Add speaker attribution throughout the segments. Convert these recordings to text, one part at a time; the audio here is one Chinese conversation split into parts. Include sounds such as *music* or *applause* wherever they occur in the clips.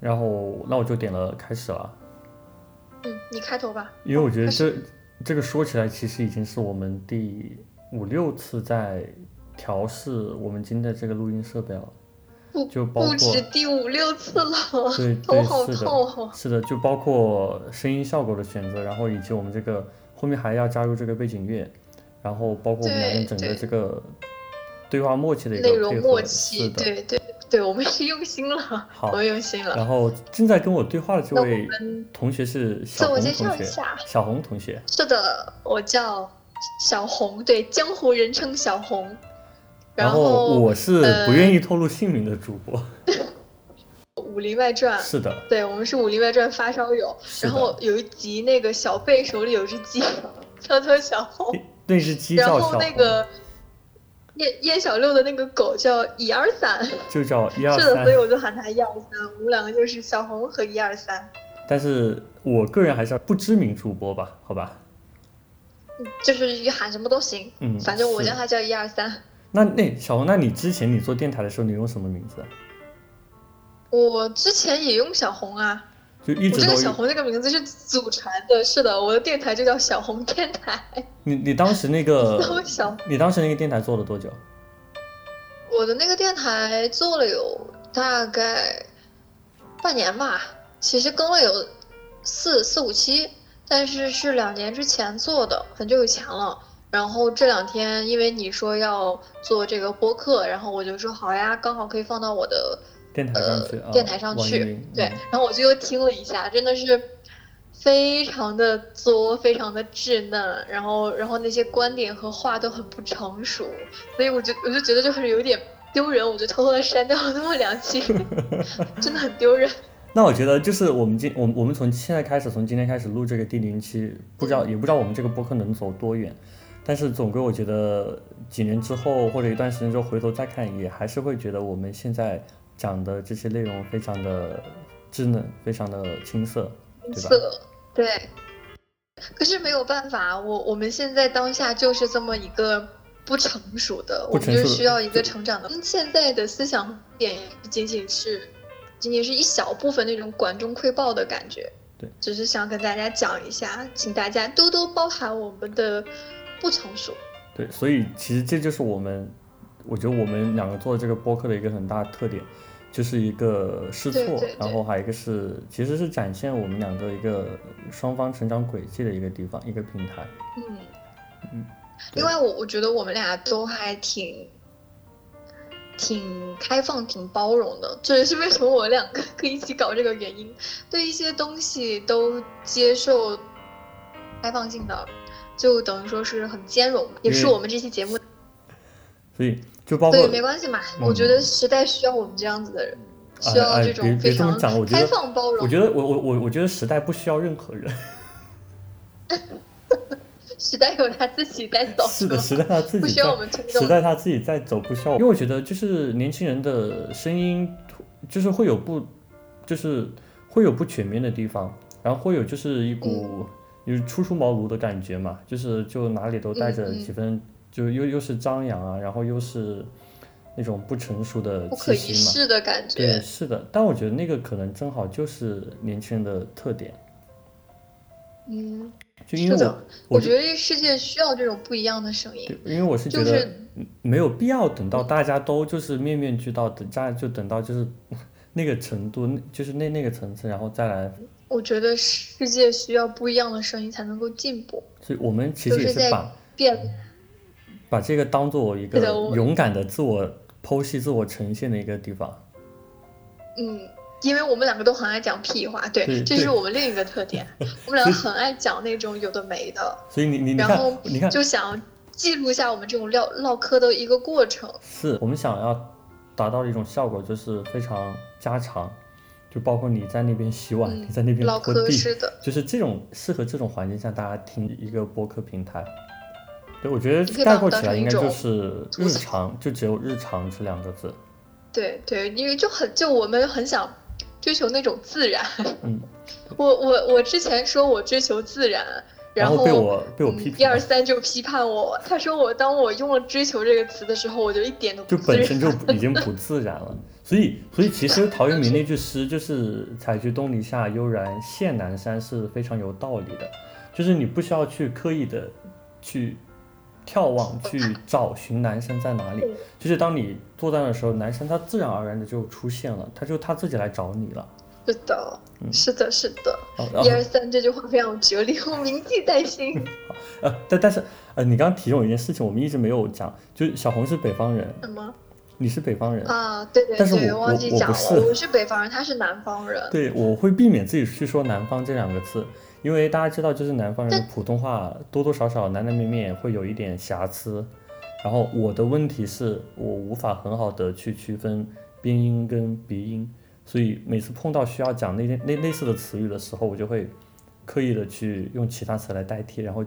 Speaker 1: 然后那我就点了开始了，
Speaker 2: 嗯，你开头吧。
Speaker 1: 因为我觉得
Speaker 2: 开
Speaker 1: 这这个说起来其实已经是我们第五六次在调试我们今天的这个录音设备了，
Speaker 2: 不
Speaker 1: 就包
Speaker 2: 不
Speaker 1: 括
Speaker 2: 止第五六次了，
Speaker 1: 对
Speaker 2: 头
Speaker 1: 对
Speaker 2: 好
Speaker 1: 是
Speaker 2: 痛
Speaker 1: 的
Speaker 2: 哦。
Speaker 1: 是的，就包括声音效果的选择，然后以及我们这个后面还要加入这个背景乐，然后包括我们两个人
Speaker 2: 对
Speaker 1: 整个
Speaker 2: 对
Speaker 1: 这个对话默契的一
Speaker 2: 内
Speaker 1: 个
Speaker 2: 容
Speaker 1: 配合
Speaker 2: 默，契，
Speaker 1: 是的。
Speaker 2: 对对对，我们是用心了，
Speaker 1: 好
Speaker 2: 我们用心了。
Speaker 1: 然后正在跟我对话的这
Speaker 2: 那我
Speaker 1: 位
Speaker 2: 们
Speaker 1: 同学是小
Speaker 2: 自我
Speaker 1: 红
Speaker 2: 介
Speaker 1: 同
Speaker 2: 绍一
Speaker 1: 学，
Speaker 2: 下，
Speaker 1: 小红同学，
Speaker 2: 是的，我叫小红，对，江湖人称小红。
Speaker 1: 然
Speaker 2: 后
Speaker 1: 我是不
Speaker 2: 呃
Speaker 1: 愿意透露姓名的主播。 *laughs*
Speaker 2: 《武林外传》
Speaker 1: 是的，
Speaker 2: 对，我们是《武林外传》发烧友。
Speaker 1: 是
Speaker 2: 然后
Speaker 1: 的，
Speaker 2: 有一集，那个小贝手里有只鸡，叫做小红。
Speaker 1: 那只鸡
Speaker 2: 然
Speaker 1: 叫小
Speaker 2: 后
Speaker 1: 红，
Speaker 2: 那个叶叶小六的那个狗叫一二三，是
Speaker 1: 就叫一二
Speaker 2: 的，
Speaker 1: 三
Speaker 2: 所以。我就喊它一二三。我们两个就是小红和一二三，
Speaker 1: 但是我个人还是要不知名主播吧，好吧？
Speaker 2: 就是喊什么都行，
Speaker 1: 嗯，
Speaker 2: 反正我
Speaker 1: 是
Speaker 2: 叫它叫一二三。
Speaker 1: 那那小红，那你之前你做电台的时候，你用什么名字啊？
Speaker 2: 我之前也用小红啊，
Speaker 1: 就一
Speaker 2: 我
Speaker 1: 直
Speaker 2: 这
Speaker 1: 都
Speaker 2: 个小红这个名字是祖传的，是的，我的电台就叫小红电台。
Speaker 1: 你你当时那
Speaker 2: *laughs*
Speaker 1: 个
Speaker 2: 然后小
Speaker 1: 你当时那个电台做了多久？
Speaker 2: 我的那个电台做了有大概半年吧，其实更了有四四五期，但是是两年之前做的，很久以前了。然后这两天因为你说要做这个播客，然后我就说好呀，刚好可以放到我的
Speaker 1: 电台上去啊，
Speaker 2: 呃电台上
Speaker 1: 网易
Speaker 2: 去
Speaker 1: 云。
Speaker 2: 对
Speaker 1: 嗯，
Speaker 2: 然后我就又听了一下，真的是非常的作，非常的稚嫩，然后然后那些观点和话都很不成熟，所以我就我就觉得就是有点丢人，我就偷偷的删掉了那么两期， *laughs* 真的很丢人。
Speaker 1: 那我觉得就是我们今我们我们从现在开始，从今天开始录这个第零期，不知道也不知道我们这个播客能走多远，但是总归我觉得几年之后或者一段时间之后回头再看，也还是会觉得我们现在讲的这些内容非常的稚嫩，非常的青涩，对吧？
Speaker 2: 色，对。可是没有办法，我我们现在当下就是这么一个不成熟的，
Speaker 1: 不
Speaker 2: 我
Speaker 1: 成熟
Speaker 2: 们就
Speaker 1: 的
Speaker 2: 需要一
Speaker 1: 对
Speaker 2: 个成长的。现在的思想点仅仅是，仅仅是一小部分那种管中窥豹的感觉。
Speaker 1: 对，
Speaker 2: 只是想跟大家讲一下，请大家多多包涵我们的不成熟。
Speaker 1: 对，所以其实这就是我们，我觉得我们两个做这个播客的一个很大的特点，就是一个试错，
Speaker 2: 对对对
Speaker 1: 然后还有一个是其实是展现我们两个一个双方成长轨迹的一个地方，一个平台。
Speaker 2: 嗯
Speaker 1: 嗯，对
Speaker 2: 另外我我觉得我们俩都还挺挺开放、挺包容的，这也是为什么我们两个可以一起搞这个原因。对一些东西都接受开放性的，就等于说是很兼容，也是
Speaker 1: 因为
Speaker 2: 我们这期节目
Speaker 1: 所以就包括
Speaker 2: 对没关系嘛。
Speaker 1: 嗯
Speaker 2: 我觉得时代需要我们这样子的人，
Speaker 1: 哎
Speaker 2: 需要
Speaker 1: 哎
Speaker 2: 这
Speaker 1: 别
Speaker 2: 种
Speaker 1: 别
Speaker 2: 非
Speaker 1: 这么
Speaker 2: 常
Speaker 1: 讲我觉得
Speaker 2: 开放包容。
Speaker 1: 我觉得我我我我觉得时代不需要任何人，
Speaker 2: 时代有他自己在走，
Speaker 1: *laughs* 是的，
Speaker 2: 吧
Speaker 1: 时代他自己
Speaker 2: 不需要
Speaker 1: 在
Speaker 2: 我们推动
Speaker 1: 时。代他自己在走，不需要我。因为我觉得就是年轻人的声音，就是会有不，就是会有不全面的地方，然后会有就是一股就
Speaker 2: 嗯
Speaker 1: 是初出茅庐的感觉嘛，就是就哪里都带着
Speaker 2: 嗯嗯
Speaker 1: 几分，就又又是张扬啊，然后又是那种不成熟的
Speaker 2: 不可
Speaker 1: 气
Speaker 2: 一
Speaker 1: 息嘛。
Speaker 2: 世的感
Speaker 1: 对，
Speaker 2: 觉，
Speaker 1: 是的，但我觉得那个可能正好就是年轻人的特点，
Speaker 2: 嗯，
Speaker 1: 就因为
Speaker 2: 是
Speaker 1: 我
Speaker 2: 的
Speaker 1: 我
Speaker 2: 我
Speaker 1: 觉
Speaker 2: 觉得这世界需要这种不一样的声
Speaker 1: 对
Speaker 2: 音。
Speaker 1: 因为我是觉
Speaker 2: 就
Speaker 1: 得
Speaker 2: 是
Speaker 1: 没有必要等到大家都就是面面俱到，等家就等到就是 *laughs* 那个程度，那就是那那个层次，然后再来。
Speaker 2: 我觉得世界需要不一样的声音才能够进步，
Speaker 1: 所以我们其
Speaker 2: 就
Speaker 1: 实也
Speaker 2: 是
Speaker 1: 是
Speaker 2: 在
Speaker 1: 把
Speaker 2: 变。
Speaker 1: 把这个当做一个
Speaker 2: 是的我
Speaker 1: 勇敢的自我剖析、自我呈现的一个地方。
Speaker 2: 嗯，因为我们两个都很爱讲屁话，对，
Speaker 1: 对
Speaker 2: 这
Speaker 1: 对
Speaker 2: 是我们另一个特
Speaker 1: *laughs*
Speaker 2: 点。我们两个很爱讲那种有的没的，
Speaker 1: 所以你你你
Speaker 2: 然
Speaker 1: 看
Speaker 2: 后
Speaker 1: 你看，
Speaker 2: 就想记录下我们这种唠唠嗑的一个过程。
Speaker 1: 是我们想要达到的一种效果，就是非常家常，就包括你在那边洗碗，
Speaker 2: 嗯
Speaker 1: 你在那边
Speaker 2: 唠
Speaker 1: 拖
Speaker 2: 嗑
Speaker 1: 地，
Speaker 2: 是的，
Speaker 1: 就是这种适合这种环境下大家听一个播客平台。对，我觉
Speaker 2: 你可
Speaker 1: 得
Speaker 2: 以
Speaker 1: 概
Speaker 2: 把
Speaker 1: 括
Speaker 2: 我
Speaker 1: 起
Speaker 2: 当
Speaker 1: 来
Speaker 2: 成
Speaker 1: 应
Speaker 2: 一
Speaker 1: 该就
Speaker 2: 种
Speaker 1: 是
Speaker 2: 吐
Speaker 1: 日
Speaker 2: 槽
Speaker 1: 常，就只有日常这两个字。
Speaker 2: 对对，因为就很就我们很想追求那种自然。
Speaker 1: 嗯，
Speaker 2: *laughs* 我我我之前说我追求自然，
Speaker 1: 然
Speaker 2: 后
Speaker 1: 被我被我批
Speaker 2: 一
Speaker 1: 评了
Speaker 2: 嗯二，三就批判我， *laughs* 他说我当我用了“追求”这个词的时候，我就一点都不
Speaker 1: 就
Speaker 2: 自
Speaker 1: 本
Speaker 2: 然。
Speaker 1: 身就已经不自然了。所以，所以其实陶渊明那句诗就是“采菊东篱下，悠然见南山”是非常有道理的，就是你不需要去刻意的去眺望、去找寻南山在哪里，就是当你作战的时候，南山它自然而然的就出现了，它就它自己来找你了。
Speaker 2: 是的，
Speaker 1: 嗯
Speaker 2: 是的，是的。
Speaker 1: 哦
Speaker 2: 一
Speaker 1: 哦
Speaker 2: 二三这句话非常有哲理，我铭记
Speaker 1: *laughs*
Speaker 2: 在心。
Speaker 1: 呃，但但是呃，你刚刚提醒我一件事情，我们一直没有讲，就是小红是北方人，
Speaker 2: 什么
Speaker 1: 你是北方人，
Speaker 2: 啊？对对
Speaker 1: 但是
Speaker 2: 对，
Speaker 1: 我
Speaker 2: 忘记
Speaker 1: 我我
Speaker 2: 讲
Speaker 1: 不
Speaker 2: 了，
Speaker 1: 是
Speaker 2: 我是北方人，他是南方人。
Speaker 1: 对，我会避免自己去说“南方”这两个字，因为大家知道，就是南方人的普通话多多少少、难难免免会有一点瑕疵。然后我的问题是我无法很好的去区分边音跟鼻音，所以每次碰到需要讲那些类类似的词语的时候，我就会刻意的去用其他词来代替，然后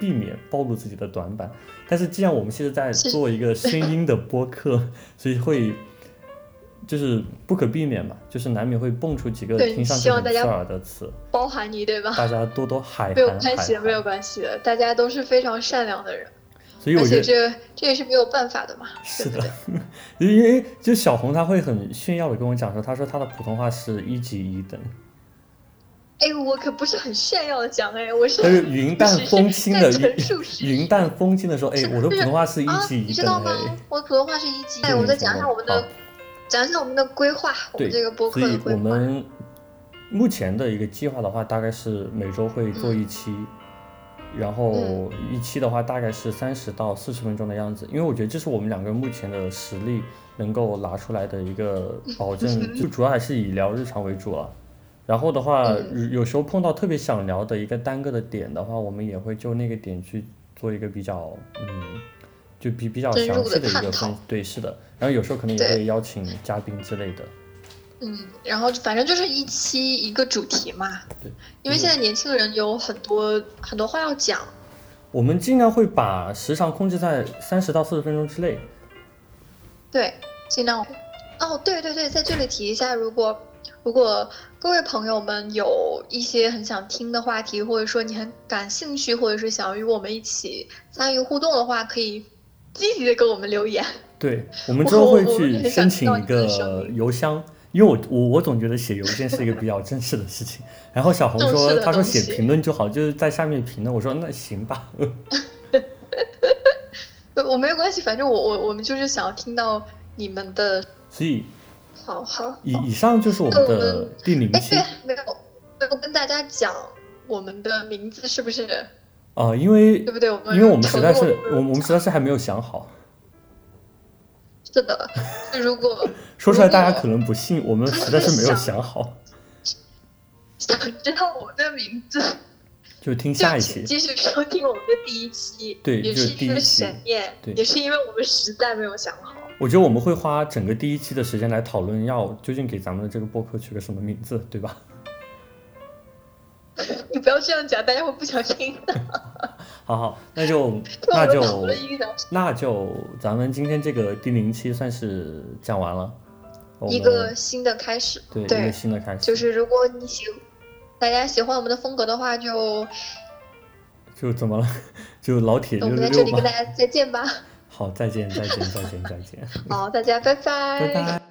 Speaker 1: 避免暴露自己的短板。但是既然我们现在在
Speaker 2: 是
Speaker 1: 做一个声音的播客， *laughs* 所以会就是不可避免嘛，就是难免会蹦出几个
Speaker 2: 对
Speaker 1: 听上
Speaker 2: 希
Speaker 1: 去
Speaker 2: 望
Speaker 1: 很
Speaker 2: 大
Speaker 1: 刺
Speaker 2: 家
Speaker 1: 耳的词，
Speaker 2: 包含你对吧？
Speaker 1: 大家多多海
Speaker 2: 没有
Speaker 1: 涵海
Speaker 2: 关系，
Speaker 1: 涵。
Speaker 2: 没有关系，大家都是非常善良的人，
Speaker 1: 所以我
Speaker 2: 而
Speaker 1: 觉
Speaker 2: 且
Speaker 1: 得
Speaker 2: 这这也是没有办法的嘛，
Speaker 1: 是
Speaker 2: 对不
Speaker 1: 的
Speaker 2: 对？，
Speaker 1: 因为就小红她会很炫耀的跟我讲说，她说她的普通话是一级一等，
Speaker 2: 哎，我可不是很炫耀的讲，哎，我是
Speaker 1: 她是云淡风轻的
Speaker 2: 只是在陈述事实
Speaker 1: 云淡风轻的说，哎，
Speaker 2: 是
Speaker 1: 我的普通话是一
Speaker 2: 啊，
Speaker 1: 级
Speaker 2: 你
Speaker 1: 一
Speaker 2: 知
Speaker 1: 等
Speaker 2: 道吗
Speaker 1: 哎。？
Speaker 2: 我普通话是一级。
Speaker 1: 这
Speaker 2: 哎，
Speaker 1: 个
Speaker 2: 我
Speaker 1: 你
Speaker 2: 再
Speaker 1: 知道
Speaker 2: 讲一下
Speaker 1: 吗
Speaker 2: 我们
Speaker 1: 好
Speaker 2: 的，讲一下我们的规划，我
Speaker 1: 对，
Speaker 2: 们这个播客
Speaker 1: 所
Speaker 2: 的
Speaker 1: 以
Speaker 2: 规
Speaker 1: 我
Speaker 2: 划。
Speaker 1: 们目前的一个计划的话，大概是每周会做
Speaker 2: 嗯
Speaker 1: 一期，然后一期的话大概是三十到四十分钟的样子，因为我觉得这是我们两个目前的实力能够拿出来的一
Speaker 2: *laughs*
Speaker 1: 个保证，就主要还是以聊日常为主啊。然后的话，
Speaker 2: 嗯
Speaker 1: 有时候碰到特别想聊的一个单个的点的话，我们也会就那个点去做一个比较，嗯，就比比较
Speaker 2: 深
Speaker 1: 详
Speaker 2: 入
Speaker 1: 细
Speaker 2: 的
Speaker 1: 的一
Speaker 2: 探
Speaker 1: 个
Speaker 2: 讨
Speaker 1: 分，对，是的。然后有时候可能也
Speaker 2: 对
Speaker 1: 会邀请嘉宾之类的。
Speaker 2: 嗯，然后反正就是一期一个主题嘛
Speaker 1: 对，
Speaker 2: 因为现在年轻人有很多很多话要讲，
Speaker 1: 我们尽量会把时长控制在三十到四十分钟之内。
Speaker 2: 对，尽量。哦，对对对，在这里提一下，如果如果各位朋友们有一些很想听的话题，或者说你很感兴趣，或者是想要与我们一起参与互动的话，可以积极的给我们留言。
Speaker 1: 对，我们之后会
Speaker 2: 我我
Speaker 1: 去
Speaker 2: 很
Speaker 1: 申
Speaker 2: 想
Speaker 1: 请
Speaker 2: 知道
Speaker 1: 一
Speaker 2: 你的声
Speaker 1: 个邮箱，因为我我我总觉得写邮件是一个比较正式的事情。 *laughs* 然后小红
Speaker 2: 正
Speaker 1: 说，
Speaker 2: 式的
Speaker 1: 她说
Speaker 2: 东西
Speaker 1: 写评论就好，就是在下面评论。我说那行吧，
Speaker 2: 呃我没有关系，反正我我我们就是想要听到你们的。
Speaker 1: 所以
Speaker 2: 好好，
Speaker 1: 以以上就是我们的第零
Speaker 2: 哎，
Speaker 1: 期
Speaker 2: 对，没有没有跟大家讲我们的名字是不是？
Speaker 1: 啊、因为
Speaker 2: 对不对？我们
Speaker 1: 因为我们实在
Speaker 2: 承
Speaker 1: 是
Speaker 2: 诺
Speaker 1: 我们我们实在是还没有想好，
Speaker 2: 是的，如果
Speaker 1: 说出来大
Speaker 2: 如
Speaker 1: 家
Speaker 2: 果
Speaker 1: 可能不信，我们实在是没有
Speaker 2: 想
Speaker 1: 想好，
Speaker 2: 想知道我们的名
Speaker 1: *laughs*
Speaker 2: 字。
Speaker 1: 就听
Speaker 2: 就
Speaker 1: 下一期
Speaker 2: 请。继续收听我们的第一期，
Speaker 1: *laughs* 对
Speaker 2: 也
Speaker 1: 就是是第
Speaker 2: 一
Speaker 1: 一
Speaker 2: 个
Speaker 1: 期
Speaker 2: 悬念
Speaker 1: 对，
Speaker 2: 也是因为我们实在没有想好。
Speaker 1: 我觉得我们会花整个第一期的时间来讨论，要究竟给咱们的这个播客取个什么名字，对吧？ *laughs*
Speaker 2: 你不要这样讲，大家会不想听的。
Speaker 1: 好好，那就
Speaker 2: *laughs* 我
Speaker 1: 那
Speaker 2: 们
Speaker 1: 就
Speaker 2: 讨论一个小时
Speaker 1: 那就咱们今天这个第零期算是讲完了，我们
Speaker 2: 一个新的开始，
Speaker 1: 对一个
Speaker 2: 对，
Speaker 1: 新的开始，
Speaker 2: 就是如果你喜，大家喜欢我们的风格的话，就
Speaker 1: 就怎么了？ *laughs* 就老铁
Speaker 2: 我
Speaker 1: 六
Speaker 2: 们
Speaker 1: 六
Speaker 2: 在
Speaker 1: 六
Speaker 2: 这里
Speaker 1: 嘛 *laughs*
Speaker 2: 跟大。家再见吧。
Speaker 1: 好，再见，再见，再见，再见，
Speaker 2: 好，大家拜拜，
Speaker 1: 拜拜。